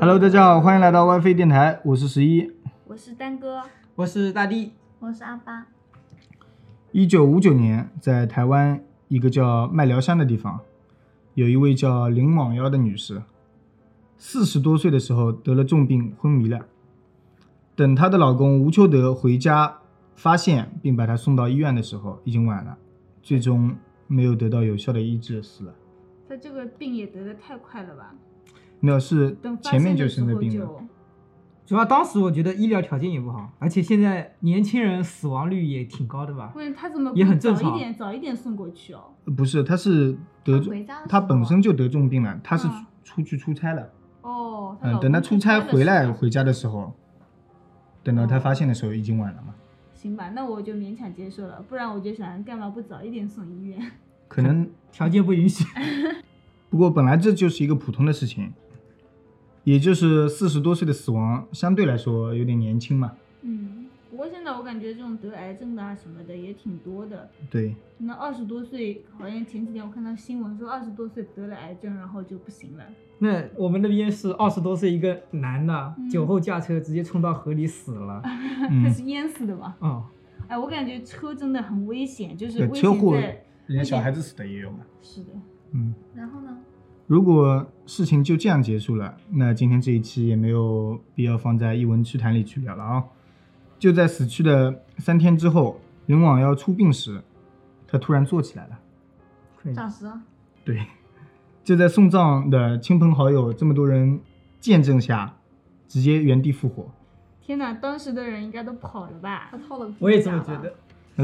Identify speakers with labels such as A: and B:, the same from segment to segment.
A: Hello，大家好，欢迎来到 WiFi 电台，我是十一。
B: 我是丹哥，
C: 我是大地，
B: 我是阿巴，
A: 一九五九年，在台湾一个叫麦寮乡的地方，有一位叫林网妖的女士，四十多岁的时候得了重病，昏迷了。等她的老公吴秋德回家发现并把她送到医院的时候，已经晚了，最终没有得到有效的医治，死了。
B: 他这个病也得的太快了吧？
A: 没有，是
B: 等发
A: 前面
B: 现
A: 就
B: 的时
A: 生的
B: 候
A: 病了。
B: 就
C: 主要当时我觉得医疗条件也不好，而且现在年轻人死亡率也挺高的吧？
B: 问他怎么
C: 也
B: 不
C: 很正
B: 早一
C: 常
B: 点早一点送过去哦？
A: 呃不是，她是得
B: 她回家的时候
A: 她本身就得重病了，她是
B: 嗯
A: 出去出差了。
B: 哦，
A: 嗯，
B: 老
A: 等他
B: 公
A: 出差回来
B: 的时候
A: 回家的时候，等到他
B: 哦
A: 发现的时候已经晚了嘛，
B: 行吧，那我就勉强接受了，不然我就想干嘛不早一点送医院？
A: 可能
C: 条件不允许。
A: 不过本来这就是一个普通的事情，也就是四十多岁的死亡相对来说有点年轻嘛，
B: 嗯，不过现在我感觉这种得癌症的啊什么的也挺多的。
A: 对，
B: 那二十多岁，好像前几天我看到新闻说二十多岁得了癌症，然后就不行了。
C: 那我们那边是二十多岁一个男的，
B: 嗯
C: 酒后驾车直接冲到河里死 了。
B: 他
A: 嗯，
B: 是淹死的嘛？
C: 哦，
B: 哎，我感觉车真的很危险，就是
A: 对，
B: 危
A: 呃车
B: 险
A: 祸
B: 在
A: 连小孩子死的也有嘛，
B: 是的。
A: 嗯，
B: 然后呢？
A: 如果事情就这样结束了，那今天这一期也没有必要放在一文趣谈里去聊了啊、就在死去的三天之后，林网要出殡时，他突然坐起来了。
C: 可以
B: 暂时啊
A: 对，就在送葬的亲朋好友这么多人见证下，直接原地复活。
B: 天哪，当时的人应该都跑了吧？他套了
C: 我也这么觉得。。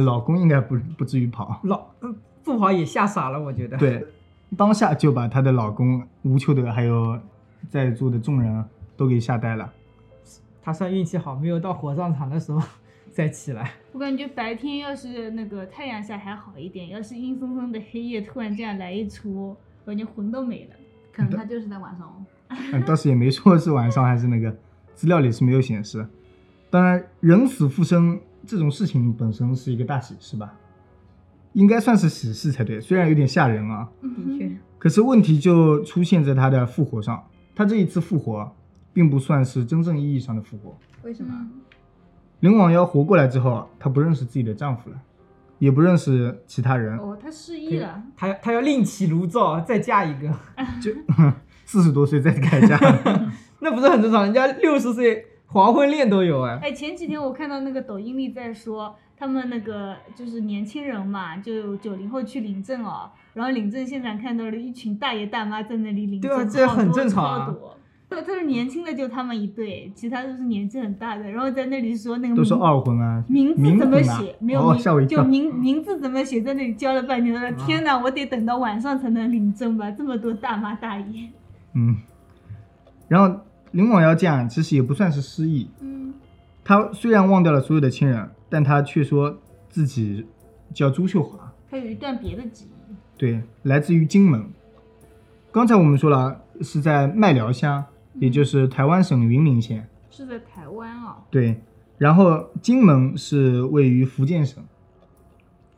A: 老公应该不不至于跑，
C: 老嗯富豪也吓傻了，我觉得。，
A: 对，当下就把她的老公吴秋德还有在座的众人啊都给吓呆了。
C: 他算运气好，没有到火葬场的时候 再起来。
B: 我感觉白天要是那个太阳下还好一点，要是阴森森的黑夜突然这样来一出，我感觉魂都没了。可能他就是在晚上哦。
A: 嗯，倒是也没说是晚上还是那个，资料里是没有显示。当然，人死复生这种事情本身是一个大喜事吧，应该算是喜事才对，虽然有点吓人啊。
B: 的确，
A: 可是问题就出现在他的复活上，他这一次复活，并不算是真正意义上的复活。
D: 为什么？
B: 嗯，
A: 林网妖活过来之后，她不认识自己的丈夫了，也不认识其他人，
B: 哦，他失忆了。
C: 他他要另起炉灶，再嫁一个，
A: 就四十多岁再改嫁，
C: 那不是很正常？人家六十岁黄昏恋都有哎。
B: 哎，前几天我看到那个抖音里在说，他们那个就是年轻人嘛，就九零后去领证哦，然后领证现场看到了一群大爷大妈在那里领证，
C: 对啊这
B: 好
C: 很
B: 多
C: 正常啊
B: 超多对，他是年轻的就他们一对，其他都是年纪很大的，然后在那里说那个
A: 都说
B: 名
A: 二婚啊，
B: 名字
A: 冥
B: 怎么
A: 婚啊
B: 写？没有
A: 哦，
B: 名，
A: 吓我一
B: 就
A: 跳。啊
B: 名名字怎么写，在那里教了半天。他说：“天哪，我得等到晚上才能领证吧？这么多大妈大爷。
A: 嗯，然后林网妖这样其实也不算是失忆，”
B: 嗯，
A: 她虽然忘掉了所有的亲人，但她却说自己叫朱秀华。
B: 他有一段别的记忆。
A: 对，来自于金门。刚才我们说了是在麦寮乡，也就是台湾省云林县。
B: 是在台湾哦，
A: 对，然后金门是位于福建省。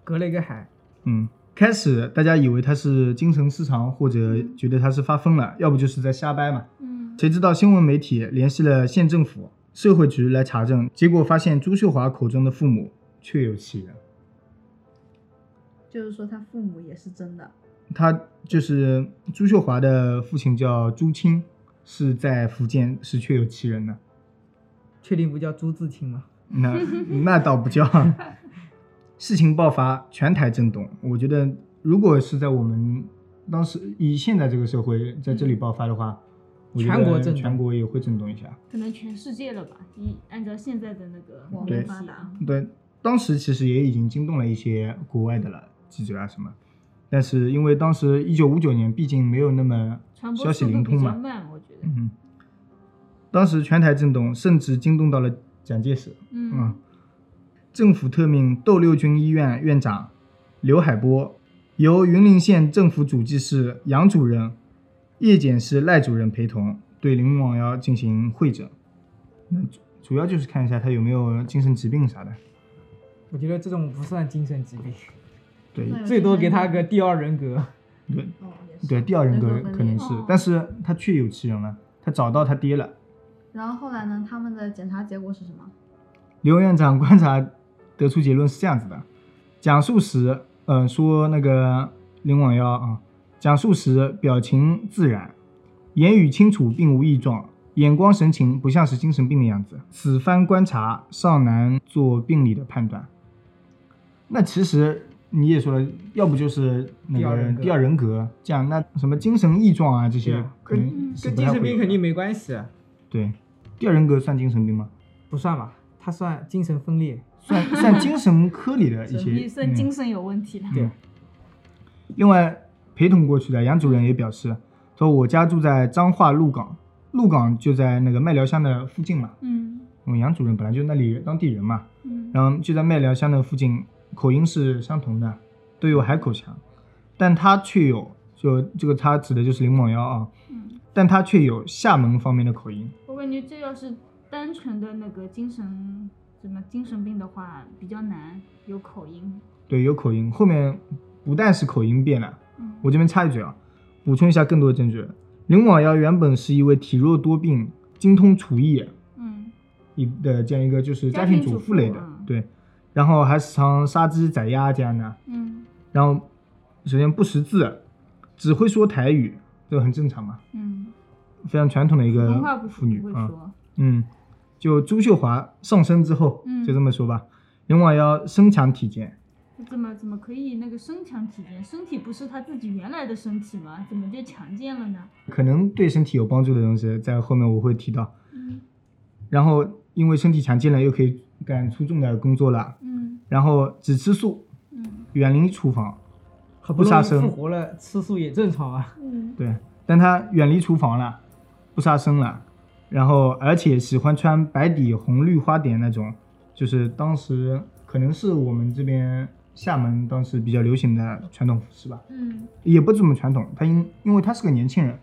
C: 隔了一个海，
A: 嗯，开始大家以为他是精神失常，或者觉得他是发疯了，要不就是在瞎掰嘛。
B: 嗯，
A: 谁知道新闻媒体联系了县政府、社会局来查证，结果发现朱秀华口中的父母确有其人，
D: 就是说他父母也是真的，
A: 他就是朱秀华的父亲叫朱清，是在福建是确有其人的。
C: 确定不叫朱自清吗？
A: 那那倒不叫。事情爆发，全台震动。我觉得，如果是在我们当时以现在这个社会在这里爆发的话，我觉得
C: 嗯全国震动
A: 全国也会震动一下。
B: 可能全世界了吧？一按照现在的那个
D: 网
A: 对
D: 络
B: 联
D: 发
B: 系
D: 达
B: 啊，，
A: 对，当时其实也已经惊动了一些国外的了记者啊什么，但是因为当时一九五九年，毕竟没有那么
B: 传播
A: 消息
B: 速
A: 灵
B: 度
A: 通
B: 比较
A: 嘛，
B: 慢，我觉得。
A: 嗯，当时全台震动，甚至惊动到了蒋介石。嗯
B: 嗯，，
A: 政府特命斗六军医院院长刘海波，由云林县政府主计室杨主任、夜检师赖主任陪同，对林网妖进行会诊。那主主要就是看一下他有没有精神疾病啥的。
C: 我觉得这种不算精神疾病，
A: 对
B: 嗯
D: 那有
C: 最多
D: 精
C: 给
D: 神
C: 他
D: 病
C: 个第二人格。
A: 对
D: 哦，也是
A: 对，第二人格
D: 人格分裂
A: 可能是
B: 哦，
A: 但是他确有其人了，他找到他爹了。
D: 然后后来呢，他们的检查结果是什么？
A: 刘院长观察得出结论是这样子的：讲述时，嗯、说那个林广幺啊，讲述时表情自然，言语清楚并无异状，眼光神情不像是精神病的样子。此番观察尚难做病理的判断。那其实你也说了，要不就是那
C: 第二
A: 个
C: 人格
A: 第二人格这样，那什么精神异状啊这
C: 对
A: 些
C: 啊，
A: 可能
B: 跟
A: 是
C: 跟
A: 不太
C: 精
A: 会
C: 神病
A: 有
C: 肯定
A: 的
C: 没关系，
A: 对。第二人格算精神病吗？
C: 不算吧？他算精神分裂。
A: 算算精神科里的一些，
B: 你算
A: 嗯
B: 精神有问题了。
C: 对，
A: 另外，陪同过去的杨主任也表示，说我家住在彰化鹿港，鹿港就在那个麦寮乡的附近嘛。
B: 嗯
A: 因为杨主任本来就那里当地人嘛，
B: 嗯
A: 然后就在麦寮乡的附近，口音是相同的，都有海口腔，但他却有，就这个他指的就是林某幺啊，
B: 嗯，
A: 但他却有厦门方面的口音。
B: 我感觉这要是单纯的那个精神什么精神病的话，比较难有口音。
A: 对，有口音。后面不但是口音变了，
B: 嗯
A: 我这边插一句啊，补充一下更多的证据。林广尧原本是一位体弱多病、精通厨艺
B: 嗯
A: 一的这样一个就是
B: 家
A: 家
B: 庭
A: 庭
B: 主
A: 主
B: 妇
A: 妇类的
B: 嗯，
A: 对，然后还时常杀鸡宰鸭这样的，
B: 嗯
A: 然后首先不识字，只会说台语，这很正常嘛，
B: 嗯，
A: 非常传统的一个
B: 文化不是
A: 妇女
B: 不会
A: 啊。
B: 说。
A: 嗯，就朱秀华上身之后，
B: 嗯
A: 就这么说吧。林广尧身强体健，
B: 怎么怎么可以那个身强体健？身体不是他自己原来的身体吗？怎么就强健了呢？
A: 可能对身体有帮助的东西，在后面我会提到。
B: 嗯
A: 然后因为身体强健了，又可以干粗重的工作了。
B: 嗯
A: 然后只吃素，
B: 嗯
A: 远离厨房，
C: 好
A: 不
C: 不容
A: 杀
C: 易
A: 生
C: 复活了，吃素也正常啊。
B: 嗯
A: 对，但他远离厨房了，不杀生了，然后而且喜欢穿白底红绿花点那种，就是当时可能是我们这边厦门当时比较流行的传统服饰吧，
B: 嗯
A: 也不怎么传统。他因因为他是个年轻人，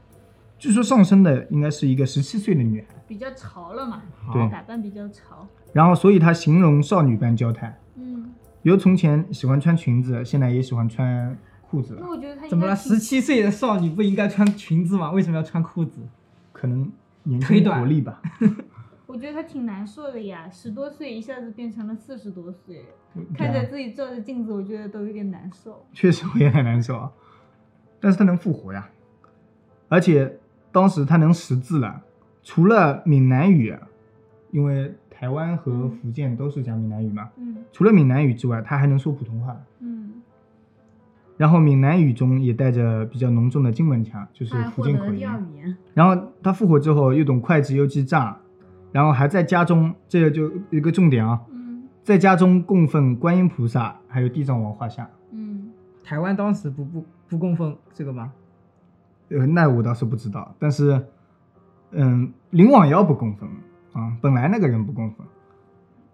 A: 据说上身的应该是一个十七岁的女孩，
B: 比较潮了嘛，
A: 对
B: 打扮比较潮。
A: 然后所以他形容少女般娇态，
B: 嗯，
A: 由从前喜欢穿裙子，现在也喜欢穿裤子
B: 那
A: 了，
B: 我觉得他应
C: 怎么
B: 该
C: 了？
B: 挺
C: 十七岁的少女不应该穿裙子吗？为什么要穿裤子？
A: 可能年
C: 腿
A: 轻
C: 短
A: 活力 吧。
B: 我觉得他挺难受的呀，十多岁一下子变成了四十多岁，
A: 对
B: 看
A: 啊
B: 着自己照着镜子，我觉得都有点难受。
A: 确实我也很难受啊，但是他能复活呀，而且当时他能识字了，除了闽南语，因为台湾和福建都是讲闽南语嘛，
B: 嗯
A: 除了闽南语之外，他还能说普通话，
B: 嗯，
A: 然后闽南语中也带着比较浓重的金门腔，就是
D: 他还
A: 福
D: 哎获
A: 建
D: 得
A: 口
D: 了第
A: 音。
D: 二语言。
A: 然后他复活之后又懂会计又记账，然后还在家中，这个就一个重点啊，
B: 嗯
A: 在家中供奉观音菩萨，还有地藏王画像。
B: 嗯
C: 台湾当时不不不供奉这个吗？
A: 呃，那我倒是不知道，但是，嗯，林网瑶不供奉啊，本来那个人不供奉。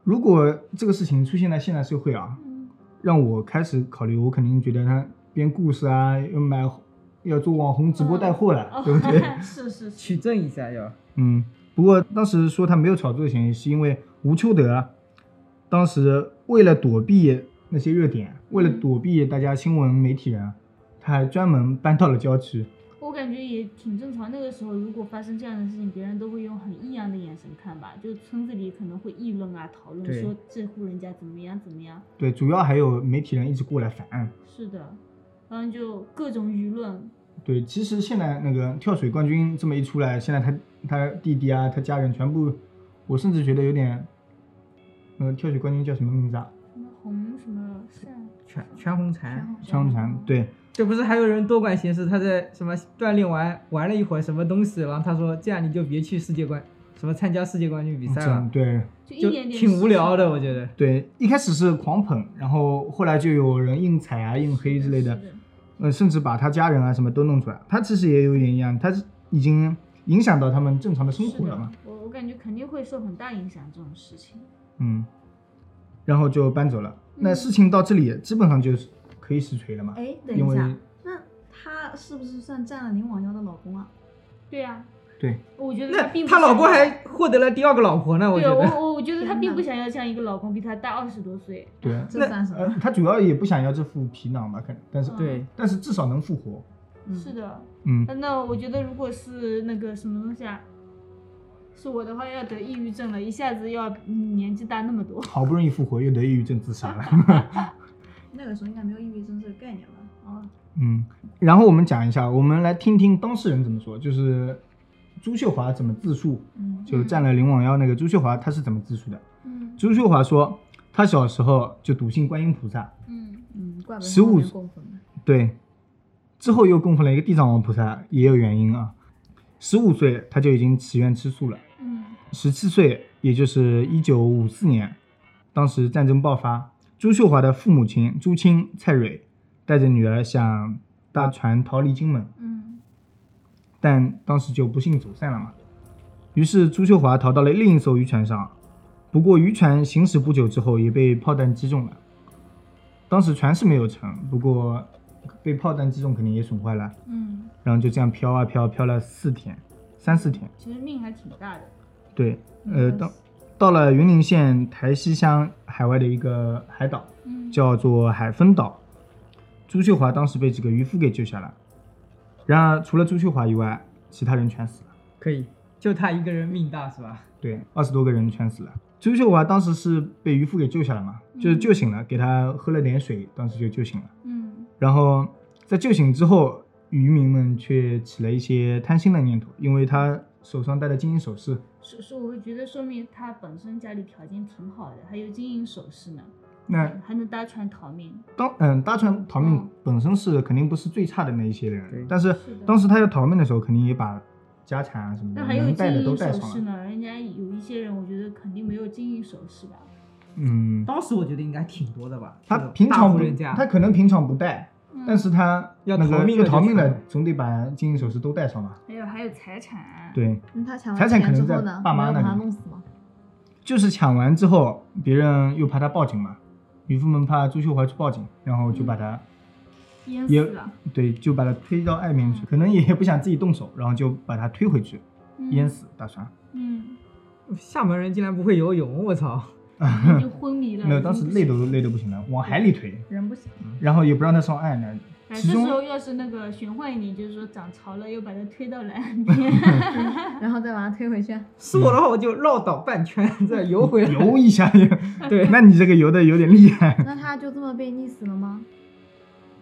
A: 如果这个事情出现在现代社会啊，
B: 嗯
A: 让我开始考虑，我肯定觉得他编故事啊，要买，要做网红直播带货了，
B: 哦
A: 对不对？
B: 是是是，
C: 取证一下要。
A: 嗯，不过当时说他没有炒作的嫌疑，是因为吴秋德啊当时为了躲避那些热点，为了
B: 嗯
A: 躲避大家新闻媒体人啊，他还专门搬到了郊区。
B: 我感觉也挺正常。那个时候如果发生这样的事情，别人都会用很异样的眼神看吧，就村子里可能会议论啊、讨论，
C: 对
B: 说这户人家怎么样怎么样。
A: 对，主要还有媒体人一直过来烦。
B: 是的，然后就各种舆论。
A: 对，其实现在那个跳水冠军这么一出来，现在他他弟弟啊，他家人全部，我甚至觉得有点，呃，跳水冠军叫什么名字啊？
B: 什么红什么善
C: 全全红婵，
A: 全红婵。对，
C: 这不是还有人多管闲事？他在什么锻炼完玩了一会儿什么东西，然后他说这样你就别去世界冠什么参加世界冠军比赛
A: 哦这样
C: 了，
A: 对
B: 就一
C: 就
B: 点点
C: 挺无聊的，我
B: 得
C: 觉得。
A: 对，一开始是狂捧，然后后来就有人硬踩啊、硬黑之类的，呃，甚至把他家人啊什么都弄出来。他其实也有点一样，他是已经影响到他们正常的生
B: 是
A: 活了
B: 的
A: 嘛。，
B: 我我感觉肯定会受很大影响这种事情。
A: 嗯，然后就搬走了。那
B: 嗯
A: 事情到这里基本上就是可以实锤了嘛。
D: 哎，等
A: 因
D: 一
A: 为
D: 下，那他是不是算占了林网幺的老公啊？
B: 对啊，
A: 对，
B: 我觉得
C: 那
B: 并不
C: 她老
B: 想
C: 公
B: 要
C: 还获得了第二个老婆呢，我
B: 对
C: 觉
B: 啊我
C: 得。
B: 我我 觉得他
D: 天
B: 并不
D: 哪
B: 想要这样一个老公比他大二十多岁。
A: 对，
D: 这
A: 那
D: 算什么
A: 呃，他主要也不想要这副皮囊吧，可能，但是、
B: 嗯
C: 对，
A: 但是至少能复活。
D: 嗯
B: 是的，
A: 嗯，
B: 那我觉得如果是那个什么东西啊，是我的话要得抑郁症了，一下子要嗯年纪大那么多。
A: 好不容易复活，又得抑郁症自杀 了。
D: 那个时候应该没有抑郁症这个概念吧？啊，
A: 嗯，然后我们讲一下，我们来听听当事人怎么说，就是朱秀华怎么自述，
D: 嗯
A: 就占了林网幺那个朱秀华，她是怎么自述的？
D: 嗯
A: 朱秀华说，她小时候就笃信观音菩萨，
B: 嗯
D: 嗯，怪不得
A: 15
D: 后面供奉的
A: 对，之后又供奉了一个地藏王菩萨，也有原因啊。十五岁她就已经祈愿吃素了，
B: 嗯
A: 十七岁，也就是一九五四年，当时战争爆发，朱秀华的父母亲朱清、蔡蕊带着女儿想搭船逃离金门，
B: 嗯
A: 但当时就不幸走散了嘛。于是朱秀华逃到了另一艘渔船上，不过渔船行驶不久之后也被炮弹击中了。当时船是没有沉，不过被炮弹击中肯定也损坏了，
B: 嗯，
A: 然后就这样飘啊飘，飘了四天，三四天。
B: 其实命还挺大的。
A: 对，呃，
D: 嗯
A: 到到了云林县台西乡海外的一个海岛，
B: 嗯
A: 叫做海丰岛。朱秀华当时被几个渔夫给救下来，然而除了朱秀华以外，其他人全死了。
C: 可以，就他一个人命大是吧？
A: 对，二十多个人全死了。朱秀华当时是被渔夫给救下来嘛，
C: 嗯
A: 就是救醒了，给他喝了点水，当时就救醒了。
B: 嗯
A: 然后在救醒之后，渔民们却起了一些贪心的念头，因为他手上戴的金银首饰，
B: 所所以我会觉得说明他本身家里条件挺好的，还有金银首饰呢，
A: 那
B: 还能搭船逃命。
A: 当嗯搭船逃命
B: 嗯
A: 本身是肯定不是最差的那一些人
C: 对，
A: 但是
B: 是的
A: 当时他要逃命的时候，肯定也把家产啊什么
B: 那
A: 的
B: 还有
A: 能带
B: 金
A: 的都
B: 银
A: 带
B: 首
A: 上
B: 饰
A: 了。
B: 呢，人家有一些人我觉得肯定没有金银首饰吧。
A: 嗯，
C: 当时我觉得应该挺多的吧。
A: 他
C: 这种
A: 平
C: 大
A: 常
C: 户
A: 不
C: 人家，
A: 他可能平常不带，
B: 嗯
A: 但是他
C: 要
A: 那
C: 逃
A: 个
C: 命
A: 要
C: 了就
A: 逃命
C: 惨
A: 了
C: 了，
A: 总得把金银首饰都带上吧。
B: 还有还有财产。，
A: 对，
D: 那他抢
A: 财
D: 完
A: 产可
D: 钱之
A: 能在
D: 后呢？
A: 爸妈
D: 没有
A: 那
D: 把他
A: 里
D: 弄死吗？
A: 就是抢完之后，别人又怕他报警嘛，渔夫们怕朱秀华去报警，然后就把他，
B: 淹
A: 也
B: 死了，
A: 对，就把他推到岸边去，可能也不想自己动手，然后就把他推回去，淹。死打算。
B: 嗯，
C: 厦门人竟然不会游泳，我操！
A: 嗯
B: 已经昏迷了。
A: 没有，
B: 已经
A: 当时
B: 不
A: 累
B: 行
A: 都累得不行了，往海里推，
D: 人不行，
A: 然后也不让他上岸呢。
B: 哎，
A: 其
B: 这
A: 中
B: 时候要是那个玄幻一点，就是说涨潮了，又把它推到了 岸边，
D: 然后再把他推回去。
C: 是我的话，我就绕岛半圈再游回来。
A: 游一下也，，
C: 对
A: 那你这个游的有点厉害。
D: 那他就这么被溺死了吗？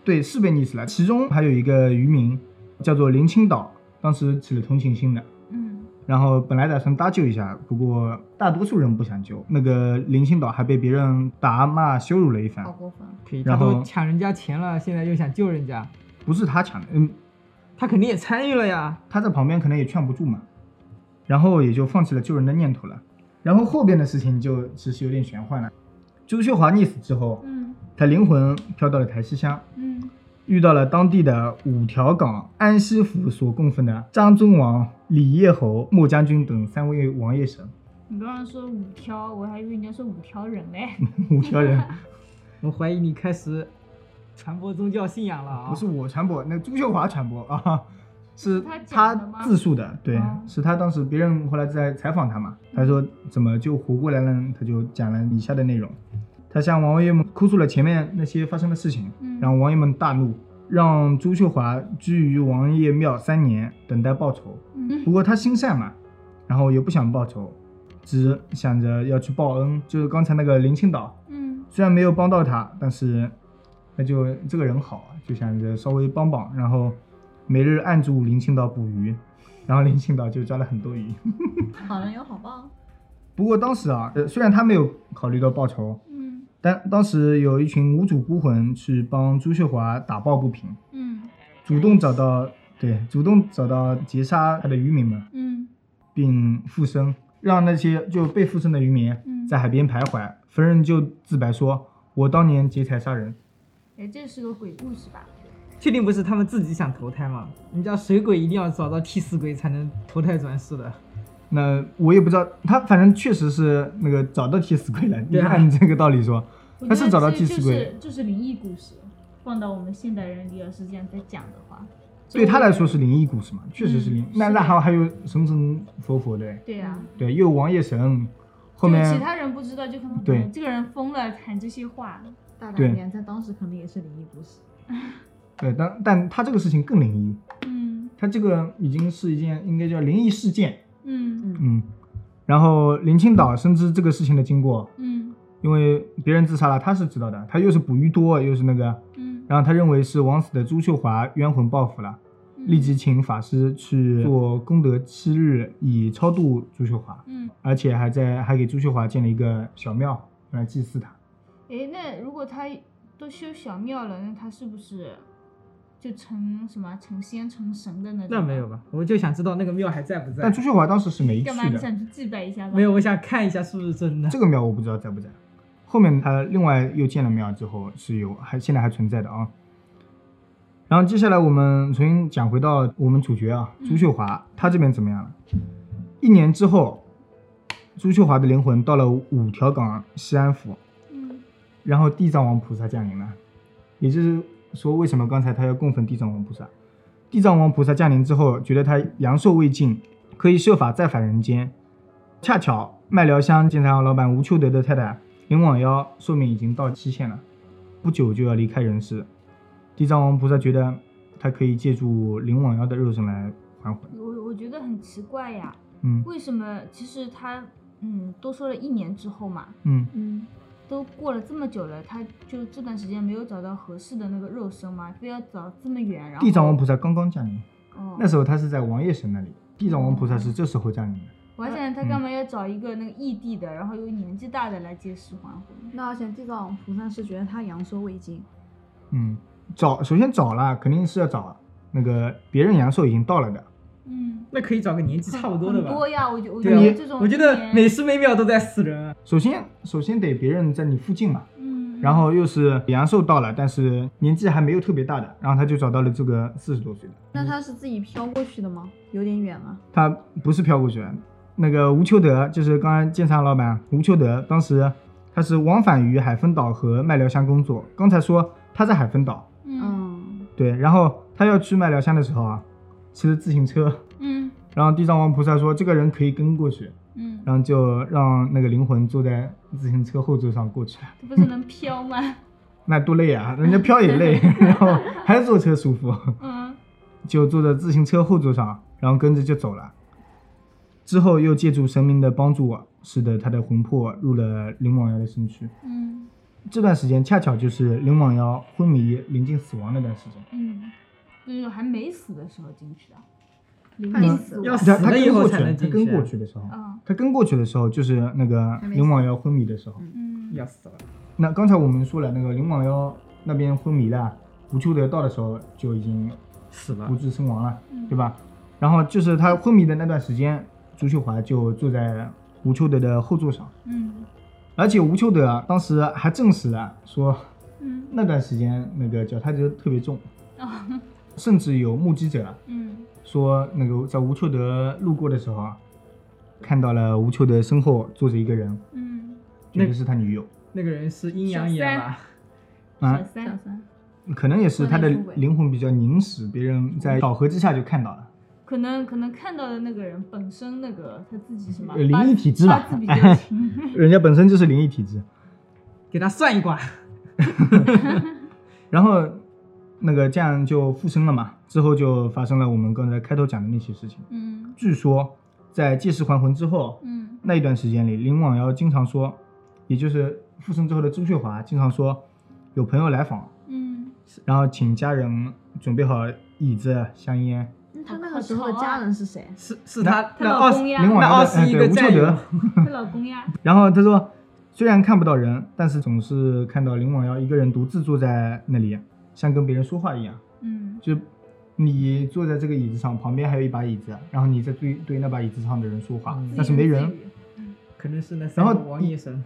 A: 对，是被溺死了。其中还有一个渔民叫做林清岛，当时起了同情心的，
B: 嗯
A: 然后本来打算搭救一下，不过大多数人不想救。那个林清岛还被别人打骂羞辱了一番
B: 哦
D: 好，过分！啊
C: 可以，他
A: 然后
C: 都抢人家钱了，现在又想救人家，
A: 不是他抢的，嗯，
C: 他肯定也参与了呀。
A: 他在旁边可能也劝不住嘛，然后也就放弃了救人的念头了。然后后边的事情就其实有点玄幻了。朱秀华溺死之后，
B: 嗯
A: 他灵魂飘到了台西乡，
B: 嗯
A: 遇到了当地的五条港安西府所供奉的张尊王、李叶侯、莫将军等三位王爷神，
B: 你刚刚说五条，我还以为你要说五条人嘞。
A: 五条 人。
C: 我怀疑你开始传播宗教信仰了啊！
A: 不是我传播，那朱秀华传播啊， 是
B: 他
A: 他
B: 讲的吗
A: 自述的，对，
B: 哦
A: 是他当时别人后来在采访他嘛，嗯他说怎么就活过来了呢，他就讲了以下的内容，他向王爷们哭诉了前面那些发生的事情，
B: 嗯
A: 然后王爷们大怒，让朱秀华居于王爷庙三年，等待报仇。
B: 嗯
A: 不过他心善嘛，然后也不想报仇，只想着要去报恩，就是刚才那个林清岛，
B: 嗯
A: 虽然没有帮到他，但是那就这个人好啊，就想着稍微帮帮，然后每日按住林青岛捕鱼，然后林青岛就抓了很多鱼。
D: 好人有好报，
A: 不过当时啊，呃虽然他没有考虑到报仇，
B: 嗯
A: 但当时有一群无主孤魂去帮朱秀华打抱不平，
B: 嗯
A: 主动找到对主动找到劫杀他的渔民们，
B: 嗯
A: 并附身，让那些就被附身的渔民
B: 嗯
A: 在海边徘徊。逢人就自白说：“我当年劫财杀人。”
B: 哎，这是个鬼故事吧？
C: 确定不是他们自己想投胎吗？人家水鬼一定要找到替死鬼才能投胎转世的。
A: 那我也不知道，他反正确实是那个找到替死鬼了。
C: 对啊
A: 按这个道理说，
B: 我
A: 他
B: 觉
A: 是
B: 得
A: 找到
B: 这
A: 替死鬼
B: 就是就是灵异故事，放到我们现代人里要是这样在讲的话，
A: 对他来说
B: 是。
A: 是灵异故事嘛，确实是灵。
B: 嗯
A: 那
B: 是
A: 那
B: 的
A: 还还有神神佛佛的，
B: 对呀、
A: 对，又有王爷神，嗯后
B: 就其
A: 面
B: 他人不知道，就可能
A: 对
B: 嗯这个人疯了，喊这些话。
D: 大
A: 对
D: 胆点，在当时可能也是灵异故事。
A: 对，但但他这个事情更灵异，
B: 嗯
A: 他这个已经是一件应该叫灵异事件，
B: 嗯
D: 嗯
A: 嗯，然后林清岛深知这个事情的经过，
B: 嗯
A: 因为别人自杀了，他是知道的，他又是捕鱼多，又是那个，
B: 嗯，
A: 然后他认为是枉死的朱秀华冤魂报复了，
B: 嗯
A: 立即请法师去做功德七日，以超度朱秀华，
B: 嗯，
A: 而且还在还给朱秀华建了一个小庙用来祭祀他。
B: 诶，那如果他都修小庙了，那他是不是就成什么成仙成神的那种？
C: 那没有吧？我就想知道那个庙还在不在
A: 但？朱秀华当时是没
B: 干嘛？
A: 去啊
B: 你
A: 的，
B: 想去祭拜一下吧？
C: 没有，我想看一下是不是真的
A: 这。个庙我不知道在不在。后面他另外又建了庙之后是有还现在还存在的啊。然后接下来我们重新讲回到我们主角啊，
B: 嗯
A: 朱秀华，他这边怎么样了？一年之后，朱秀华的灵魂到了五条港西安府，
B: 嗯
A: 然后地藏王菩萨降临了，也就是说，为什么刚才他要供奉地藏王菩萨？地藏王菩萨降临之后，觉得他阳寿未尽，可以设法再返人间。恰巧麦寮乡建材行老板吴秋德的太太林广幺寿命已经到期限了，不久就要离开人世。地藏王菩萨觉得他可以借助林广幺的肉身来还魂。
B: 嗯我我觉得很奇怪呀，
A: 嗯
B: 为什么？其实他嗯，都说了一年之后嘛，
A: 嗯，
D: 嗯，
B: 都过了这么久了，他就这段时间没有找到合适的那个肉身嘛，非要找这么远，然后
A: 地藏王菩萨刚刚降临，
B: 哦，
A: 那时候他是在王爷神那里，地藏王菩萨是这时候降临的。
B: 我还想他干嘛要找一个那个异地的，然后又年纪大的来借尸还魂？
D: 那而且地藏菩萨是觉得他阳寿未尽，
A: 嗯，找首先找了，肯定是要找那个别人阳寿已经到了的。
B: 嗯，
C: 那可以找个年纪差不多的吧
B: 很？多呀，我觉我觉
C: 对啊
B: 得这种，
C: 我觉得每时每秒都在死人啊。
A: 首先，首先得别人在你附近嘛，
B: 嗯，
A: 然后又是阳寿到了，但是年纪还没有特别大的，然后他就找到了这个四十多岁的，
D: 那他是自己飘过去的吗？有点远啊了。
A: 他不是飘过去的，那个吴秋德就是刚才建厂老板吴秋德，当时呃他是往返于海丰岛和麦寮乡工作。刚才说他在海丰岛，
B: 嗯
D: 嗯，
A: 对，然后他要去麦寮乡的时候啊，骑着自行车，
B: 嗯
A: 然后地藏王菩萨说这个人可以跟过去，
B: 嗯，
A: 然后就让那个灵魂坐在自行车后座上过去了，
B: 他不是能飘吗？
A: 那多累啊！人家飘也 累，然后还坐车舒服，
B: 嗯
A: 就坐在自行车后座上，然后跟着就走了。之后又借助神明的帮助，啊使得他的魂魄入了林广瑶的身躯。
B: 嗯
A: 这段时间恰巧就是林广瑶昏迷临近死亡那段时间，
B: 嗯，就是还没死的时候进去的，
D: 临
A: 嗯
D: 近死
C: 要
D: 亡
C: 死
A: 他他
C: 了以
A: 跟
C: 后
A: 过
C: 才
A: 去，
C: 能
A: 他
C: 进
A: 跟
C: 去啊哦
A: 过去的时候，
B: 嗯
A: 他跟过去的时候就是那个
D: 还没死
A: 林广瑶昏迷的时候。
B: 嗯，
C: 要死了，
A: 那刚才我们说了，那个林广幺那边昏迷了，吴秋德到的时候就已经
C: 死
A: 不。治身亡了，
B: 嗯
A: 对？吧？然后就是他昏迷的那段时间，朱秀华就坐在吴秋德的后座上，
B: 嗯
A: 而且吴秋德啊，当时还证实了说
B: 嗯
A: 那段时间那个脚踏车特别重，
B: 哦
A: 甚至有目击者啊
B: 嗯
A: 说那个在吴秋德路过的时候啊，看到了吴秋德身后坐着一个人，
B: 嗯，
A: 觉得是他女友，
C: 那个人是阴阳眼吧？
A: 啊
B: 小
D: 小
B: 三，
D: 三，
A: 可能也是他的
D: 婚内出轨
A: 灵魂比较凝实，别人
C: 嗯
A: 在巧合之下就看到 了。
B: 可能可能看到的那个人本身那个他自己什么
A: 呃灵异体质
B: 八
A: 吧
B: 字比较轻，
A: 人家本身就是灵异体质。
C: 给他算一卦。
A: 然后那个这样就附身了嘛，之后就发生了我们刚才开头讲的那些事情。
B: 嗯
A: 据说在借尸还魂之后，
B: 嗯
A: 那一段时间里，林广瑶经常说，也就是附身之后的朱秀华经常说，有朋友来访，
B: 嗯，
A: 然后请家人准备好椅子、香烟。
D: 那他那个时候的家人是谁？
C: 是是他
B: 他
C: 那
B: 老
C: 二十
B: 公呀
A: 林广
C: 那
A: 瑶
C: 二
A: 的哎
C: 十一
A: 对
C: 个
A: 吴
C: 战
A: 秀
C: 友
A: 德，，
B: 她老公呀，
A: 然后他说，虽然看不到人，但是总是看到林广瑶一个人独自坐在那里，像跟别人说话一样。
B: 嗯
A: 就你坐在这个椅子上，旁边还有一把椅子，然后你在对对那把椅子上的人说话，
C: 嗯
A: 但是没人。
C: 可能是那
A: 然
C: 三
A: 后
C: 个王医生。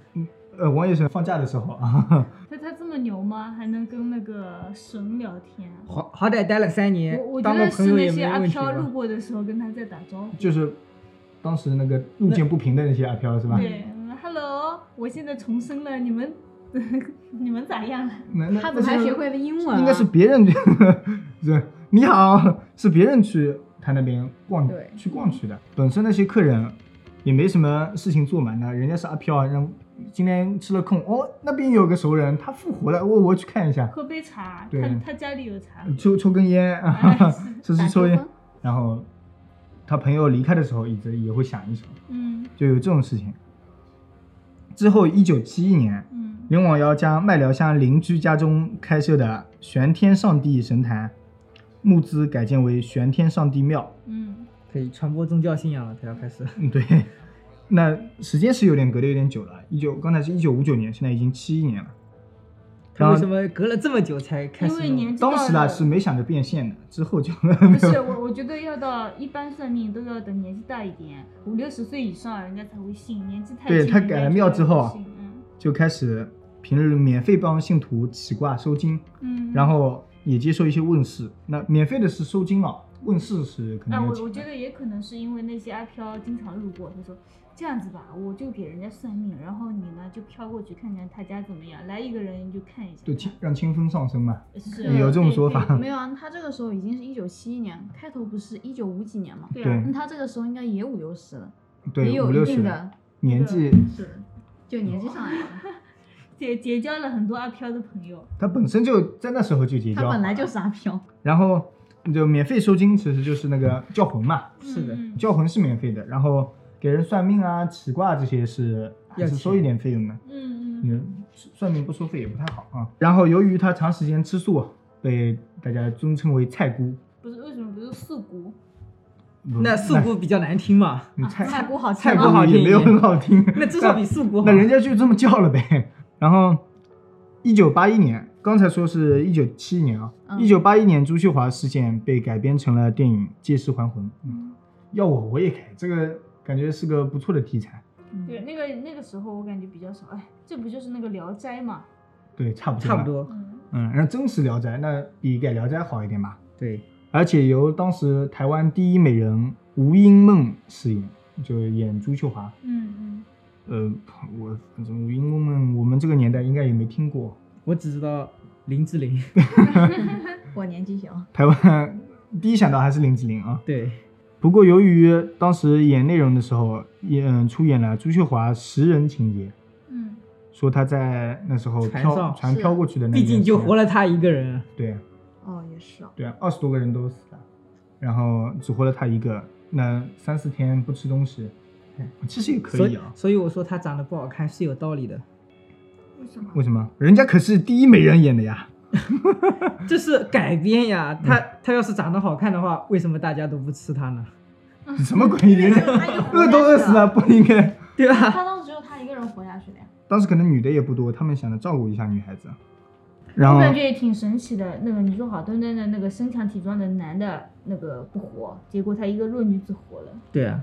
A: 呃，王爷神放假的时候 啊，
B: 他他这么牛吗？还能跟那个神聊天？啊
C: 好好歹待了三年
B: 我我，觉
C: 当个
B: 得
C: 朋
B: 是
C: 友
B: 那
C: 也
B: 些
C: 没
B: 阿
C: 问题
B: 飘路
C: 吧？
B: 过的时候跟他在打招呼，
A: 就是当时那个路见不平的那些阿飘是吧？
B: 对嗯，Hello，我现在重生了，你们 你们咋样了？
A: 那那
D: 他怎么还
A: 那是
D: 学会了英文啊？
A: 应该是别人 是你好，是别人去他那边逛
D: 对
A: 去逛去的。本身那些客人也没什么事情做嘛，那人家是阿飘，让今天吃了空哦，那边有个熟人他复活了，我我去看一下，
B: 喝杯茶，
A: 对
B: 他他家里有茶，
A: 抽抽根烟，
B: 哎
A: 吃
D: 打
A: 吃抽
D: 结
A: 烟
D: 婚。
A: 然后他朋友离开的时候，椅子也会响一声，
B: 嗯
A: 就有这种事情。之后，一九七一年，
B: 嗯
A: 林广尧将麦寮乡邻居家中开设的玄天上帝神坛募资改建为玄天上帝庙。
B: 嗯
C: 可以传播宗教信仰了，他要开始。
A: 嗯，对。那时间是有点隔得有点久了，一九刚才是一九五九年，现在已经七一年了。
C: 他为
A: 当
C: 什么隔了这么久才开始
B: 因
C: 弄？
B: 为年纪到
A: 当时呢
B: 了
A: 是没想着变现的，之后 就
B: 不
A: 没
B: 是
A: 有。
B: 我，我觉得要到一般算命都要等年纪大一点，五六十岁以上人家才会信，年纪太
A: 对
B: 轻
A: 他
B: 人家
A: 改了
B: 就
A: 庙
B: 不
A: 之后啊
B: 信嗯
A: 就开始平日免费帮信徒起卦收金，
B: 嗯，
A: 然后也接受一些问世。那免费的是收金啊，问世是肯定
B: 啊，
A: 要
B: 我
A: 钱
B: 我
A: 的
B: 觉得也可能是因为那些阿飘经常路过，他说这样子吧，我就给人家算命，然后你呢就飘过去看看他家怎么样，来一个人你就看一下，
A: 对清让清风上升嘛。
B: 是
A: 有这种
B: 对
A: 说
B: 对
A: 法
D: 没有啊，他这个时候已经是一九七一年，开头不是一九五几年嘛？
B: 对
A: 对
B: 啊
D: 那他这个时候应该也五六十了，也
A: 对，五
D: 有
A: 六
D: 一
A: 十
D: 定
A: 了
D: 的
A: 年纪，
D: 是的，就年纪上来了。
B: 结结交了很多阿飘的朋友，
A: 他本身就在那时候就结交
D: 他
A: 好了，
D: 本来就是阿飘，
A: 然后就免费收金，其实就是那个叫魂嘛。
C: 是的
B: 嗯
A: 叫魂是免费的，然后给人算命啊、起卦这些是还
C: 要
A: 是
C: 钱
A: 收一点费用的。
B: 嗯嗯
A: 嗯，算命不收费也不太好啊。然后由于他长时间吃素，啊被大家尊称为菜姑。
B: 不是为什么不是素骨？
A: 嗯
C: 那素姑比较难听嘛，
A: 嗯菜
D: 菜姑好
A: 菜
D: 听
A: 姑
C: 好
D: 吗？
A: 也没有很好听，
C: 那至少比素姑好。
A: 那人家就这么叫了呗。 然后，一九八一年，刚才说是一九七一年啊，
D: 嗯
A: 一九八一年朱秀华事件被改编成了电影《借尸还魂》。嗯，要我我也改，这个感觉是个不错的题材。
D: 嗯
B: 对，那个那个时候我感觉比较少，哎，这不就是那个《聊斋》嘛？
A: 对，差不多。
C: 差不。多。
B: 嗯
A: 嗯，然后真实《聊斋》那比改《聊斋》好一点吧。
C: 对，
A: 而且由当时台湾第一美人吴英梦饰演，就演朱秀华。
B: 嗯
A: 呃，我反正吴英梦我们这个年代应该也没听过。
C: 我只知道林志玲。
D: 我年啊纪小，
A: 台湾第一想到还是林志玲啊。
C: 对，
A: 不过由于当时演内容的时候，演出演了朱秀华食人情节，
B: 嗯
A: 说她在那时候
C: 船
A: 飘
C: 上
A: 船
D: 是
A: 飘过去的那，
C: 啊毕竟就活。了她一个人。
A: 对啊
D: 哦，也是哦，
A: 对啊，二十多个人都死了，然后只活了她一个，那三四天不吃东西，哎其实也可
C: 所
A: 以啊。
C: 所以我说她长得不好看是有道理的，
B: 嗯，为什么？
A: 为什么？人家可是第一美人演的 呀。
C: 这是改编呀。她她要是长得好看的话，为什么大家都不吃她呢？
A: 什么鬼？人家
D: 他就活
A: 饿都饿死了，
D: 下去，
A: 不应该。
C: 对吧？
D: 他当时只有他一个人活下去的呀。
A: 当时可能女的也不多，他们想着照顾一下女孩子。然后
B: 我感觉也挺神奇的。那个你说好端端的那个身强体壮的男的，那个不火，结果他一个弱女子火了，
C: 对啊，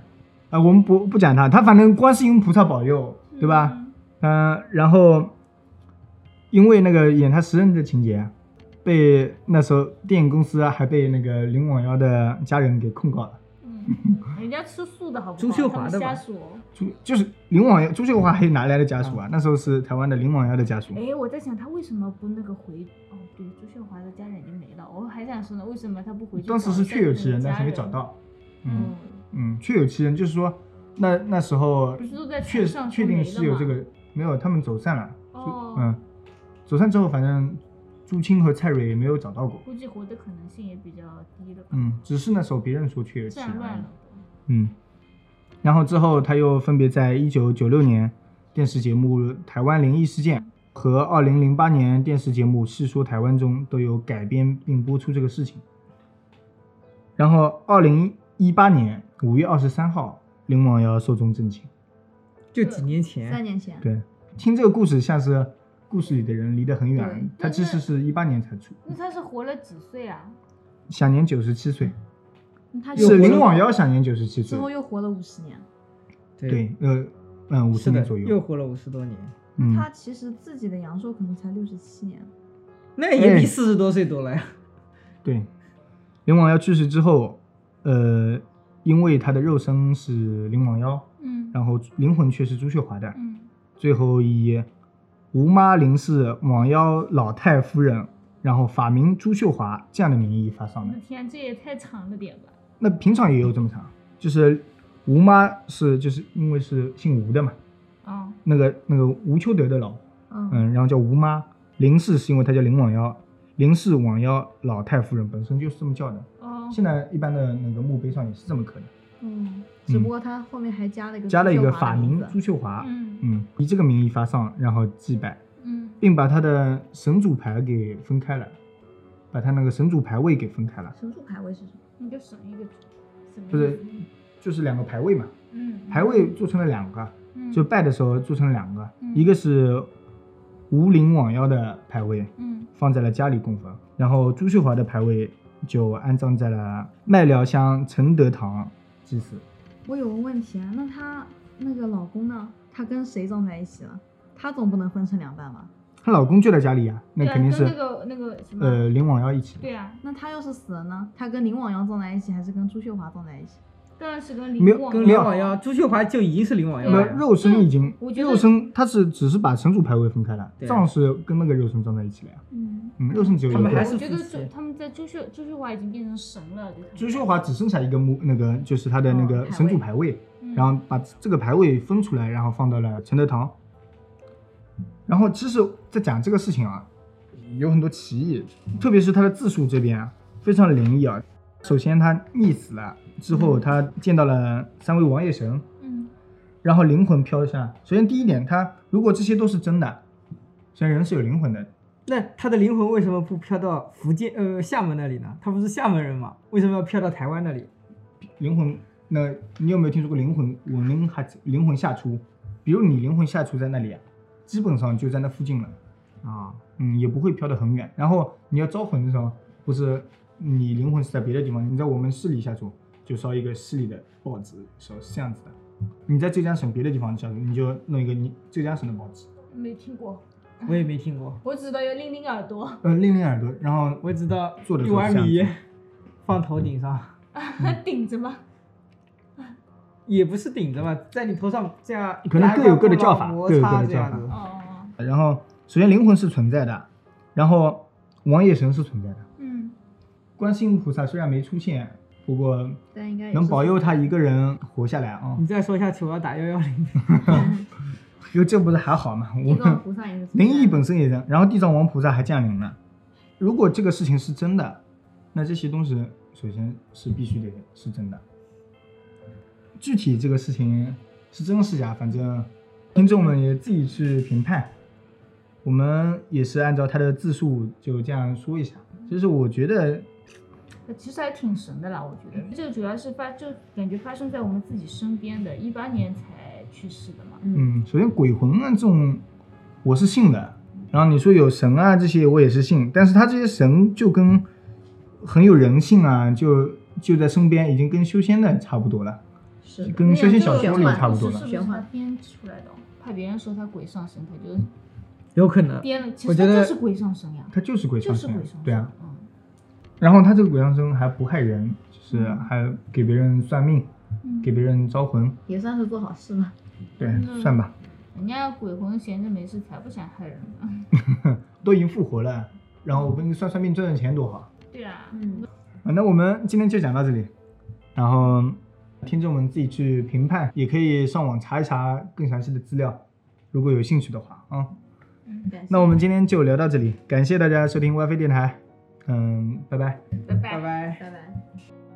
A: 啊，我们不不讲他，他反正观世音菩萨保佑，对吧？
B: 嗯？
A: 嗯、然后因为那个演他食人的情节，被那时候电影公司啊还被那个林广尧的家人给控告了。
B: 嗯， 人家吃素的好不好？
C: 朱秀华
B: 他
C: 的吧
B: 们瞎说。
A: 朱就是林广尧，朱秀华还哪来的家属啊？那时候是台湾的林广尧的家属。
B: 哎，我在想他为什么不那个回？哦，对，朱秀华的家人已经没了，我还想说呢，为什么他不回去？
A: 当时是确有其人，但是没找。到。嗯嗯，确有其人，就是说那那时候
B: 不是都在
A: 确
B: 船上
A: 确
B: 都
A: 定
B: 没
A: 是
B: 了
A: 有
B: 吗
A: 这个，没有他们走散了。就
B: 哦
A: 嗯，走散之后，反正朱青和蔡蕊也没有找到过。
B: 估计活的可能性也比较低了吧。
A: 嗯，只是那时候别人说确有其
B: 战
A: 人而
B: 乱
A: 已
B: 了。。
A: 嗯，然后之后他又分别在一九九六年电视节目《台湾灵异事件》和二零零八年电视节目《细说台湾》中都有改编并播出这个事情。然后二零一八年五月二十三号，林广尧寿终正寝。
C: 就几年
D: 三
C: 前。
D: 年前，
A: 对，听这个故事像是故事里的人离得很远
D: 对，
A: 他其实是一八年才出，
B: 那他是活了几岁啊？
A: 享年九十七岁，
D: 他就是
A: 林广尧享年九十七
D: 之
A: 岁，
D: 后又活了五十年。
A: 对，呃，嗯，五十
C: 是的
A: 年左，
C: 又
A: 右，
C: 活了五十多年，
A: 嗯，
D: 他其实自己的阳寿可能才六十七年，
C: 那也
A: 哎
C: 比四十多岁多了呀。
A: 对，林广尧去世之后，呃，因为他的肉身是林广尧，
B: 嗯
A: 然后灵魂却是朱秀华的，
B: 嗯
A: 最后以吴妈林氏广尧老太夫人，然后法名朱秀华这样的名义发
B: 我
A: 上的
B: 的。天，这也太长了点吧？
A: 那平常也有这么长，就是吴妈是就是因为是姓吴的嘛，
B: 啊，
A: 那个那个吴秋德的老，
D: 嗯，
A: 嗯，然后叫吴妈。林氏是因为她叫林网妖，林氏网妖老太夫人本身就是这么叫的。
B: 哦，
A: 现在一般的那个墓碑上也是这么刻的。
D: 嗯，只不过他后面还加了一个
A: 加了一个
D: 朱秀华
A: 法
D: 的名
A: 名
D: 字
A: 朱秀华，
B: 嗯
A: 嗯，以这个名义发丧，然后祭拜，
B: 嗯
A: 并把他的神主牌给分开了，把他那个神主牌位给分开了，
D: 神主牌位是什么？
B: 你就省一个什么
A: 不是
B: 意思
A: 就是两个牌位嘛，
B: 嗯
A: 牌位做成了两个，
B: 嗯
A: 就拜的时候做成两个，
B: 嗯
A: 一个是无灵罔腰的牌位，
B: 嗯
A: 放在了家里供奉，然后朱秀华的牌位就安葬在了麦寮乡承德堂祭祀。
D: 我有个问题啊，那她那个老公呢？她跟谁葬在一起了？她总不能分成两半吧？
A: 她老公就在家里呀、那
B: 对啊
A: 肯定
B: 跟
A: 是、
B: 那个那个什么
A: 呃灵罔腰一起，
B: 对啊，
D: 那她要是死了呢？她跟林网瑶葬在一起，还是跟朱秀华葬在一起？
B: 当然是跟
A: 没
B: 林
A: 有
B: 广
C: 跟
A: 没
C: 林
A: 有
C: 网妖，朱秀华就已经是林网妖
A: 那么
C: 了呀。
A: 肉身已经
B: 啊我觉得
A: 肉身，他是只是把神主牌位分开了，
C: 对啊
A: 葬是跟那个肉身葬在一起了呀。
B: 嗯，
A: 嗯，肉身只有
C: 他
A: 一
C: 们还
A: 个。
C: 是
B: 我觉得
C: 夫妻
B: 朱他们在朱秀朱秀华已经变成神了，就他们
A: 朱秀华只剩下一个木，那个就是他的那
D: 哦
A: 个
D: 牌位
A: 神主牌位，
B: 嗯
A: 然后把这个牌位分出来，然后放到了承德堂。然后其实，在讲这个事情啊，有很多歧义，特别是他的自述这边啊，非常灵异啊。首先他溺死了之后，他见到了三位王爷神，
B: 嗯
A: 然后灵魂飘下。首先第一点，他如果这些都是真的，首先人是有灵魂的，
C: 那他的灵魂为什么不飘到福建呃厦门那里呢？他不是厦门人吗？为什么要飘到台湾那里？
A: 灵魂，那你有没有听说过灵魂？我灵还灵魂下出，比如你灵魂下出在那里啊，基本上就在那附近了，
C: 啊，
A: 嗯，也不会飘得很远。然后你要招魂的时候，不是你灵魂是在别的地方，你在我们市里下出，就烧一个市里的报纸，烧是这样子的。你在浙江省别的地方下出，你就弄一个你浙江省的报纸，
B: 没听过，
C: 我也没听过，
B: 我只知道要拎拎耳朵，
A: 呃，拎拎耳朵，然后
C: 我只知道
A: 做的
C: 一
A: 时候
C: 碗
A: 是这样
C: 米
A: 子
C: 放头顶上，
A: 嗯
B: 顶着嘛，
C: 也不是顶着吧，在你头上这样，
A: 可能各有各的叫法
C: 摩
A: 各有各
C: 擦
A: 的
C: 这
A: 叫
C: 样
A: 法
C: 子。
B: 哦，
A: 然后首先灵魂是存在的，然后王爷神是存在的。
B: 嗯
A: 观世音菩萨虽然没出现，不过
D: 但应该也
A: 能
D: 是
A: 保佑他一个人活下来啊、
D: 嗯
C: 你再说下去，我要打幺幺零。
A: 因为这不是还好吗？我
D: 地 藏
A: 们
D: 菩萨也是存在的
A: 灵异本身也是，然后地藏王菩萨还降临了。如果这个事情是真的，那这些东西首先是必须得是真的。具体这个事情是真是假，反正听众们也自己去评判。我们也是按照他的自述就这样说一下。就是我觉得
B: 其实还挺神的啦，我觉
A: 嗯
B: 得这个主要是发，就感觉发生在我们自己身边的，一八年才去世的嘛。
D: 嗯
A: 嗯，首先鬼魂啊这种，我是信的。然后你说有神啊这些，我也是信。但是他这些神就跟很有人性啊，就就在身边，已经跟修仙的差不多了，
D: 是的
A: 跟修仙小说里差不多
B: 是
A: 了
B: 不。是
D: 玄
B: 他
D: 幻
B: 编出来的哦？怕别人说他鬼上身，他就
C: 有可能
B: 编了。其
C: 我
B: 实
C: 觉
B: 他
C: 得
B: 就是鬼上身呀，
A: 他就是鬼
B: 就
A: 上
B: 是
A: 身
B: 鬼上身。，
A: 对啊。
B: 嗯
A: 然后他这个鬼上身还不害人，就是还给别人算命，
B: 嗯，
A: 给别人招魂，
D: 也算是做好事吧。
A: 对，
B: 嗯
A: 算吧，
B: 人家鬼魂闲着没事才不想害人呢。
A: 都已经复活了，然后我给你算算命赚赚钱多好。
B: 对啊，
D: 嗯，
A: 啊，那我们今天就讲到这里，然后听众们自己去评判，也可以上网查一查更详细的资料，如果有兴趣的话啊、
D: 感谢
A: 那我们今天就聊到这里，感谢大家收听 WiFi 电台，嗯，拜拜。
B: 拜拜
C: 拜拜。
D: 拜拜。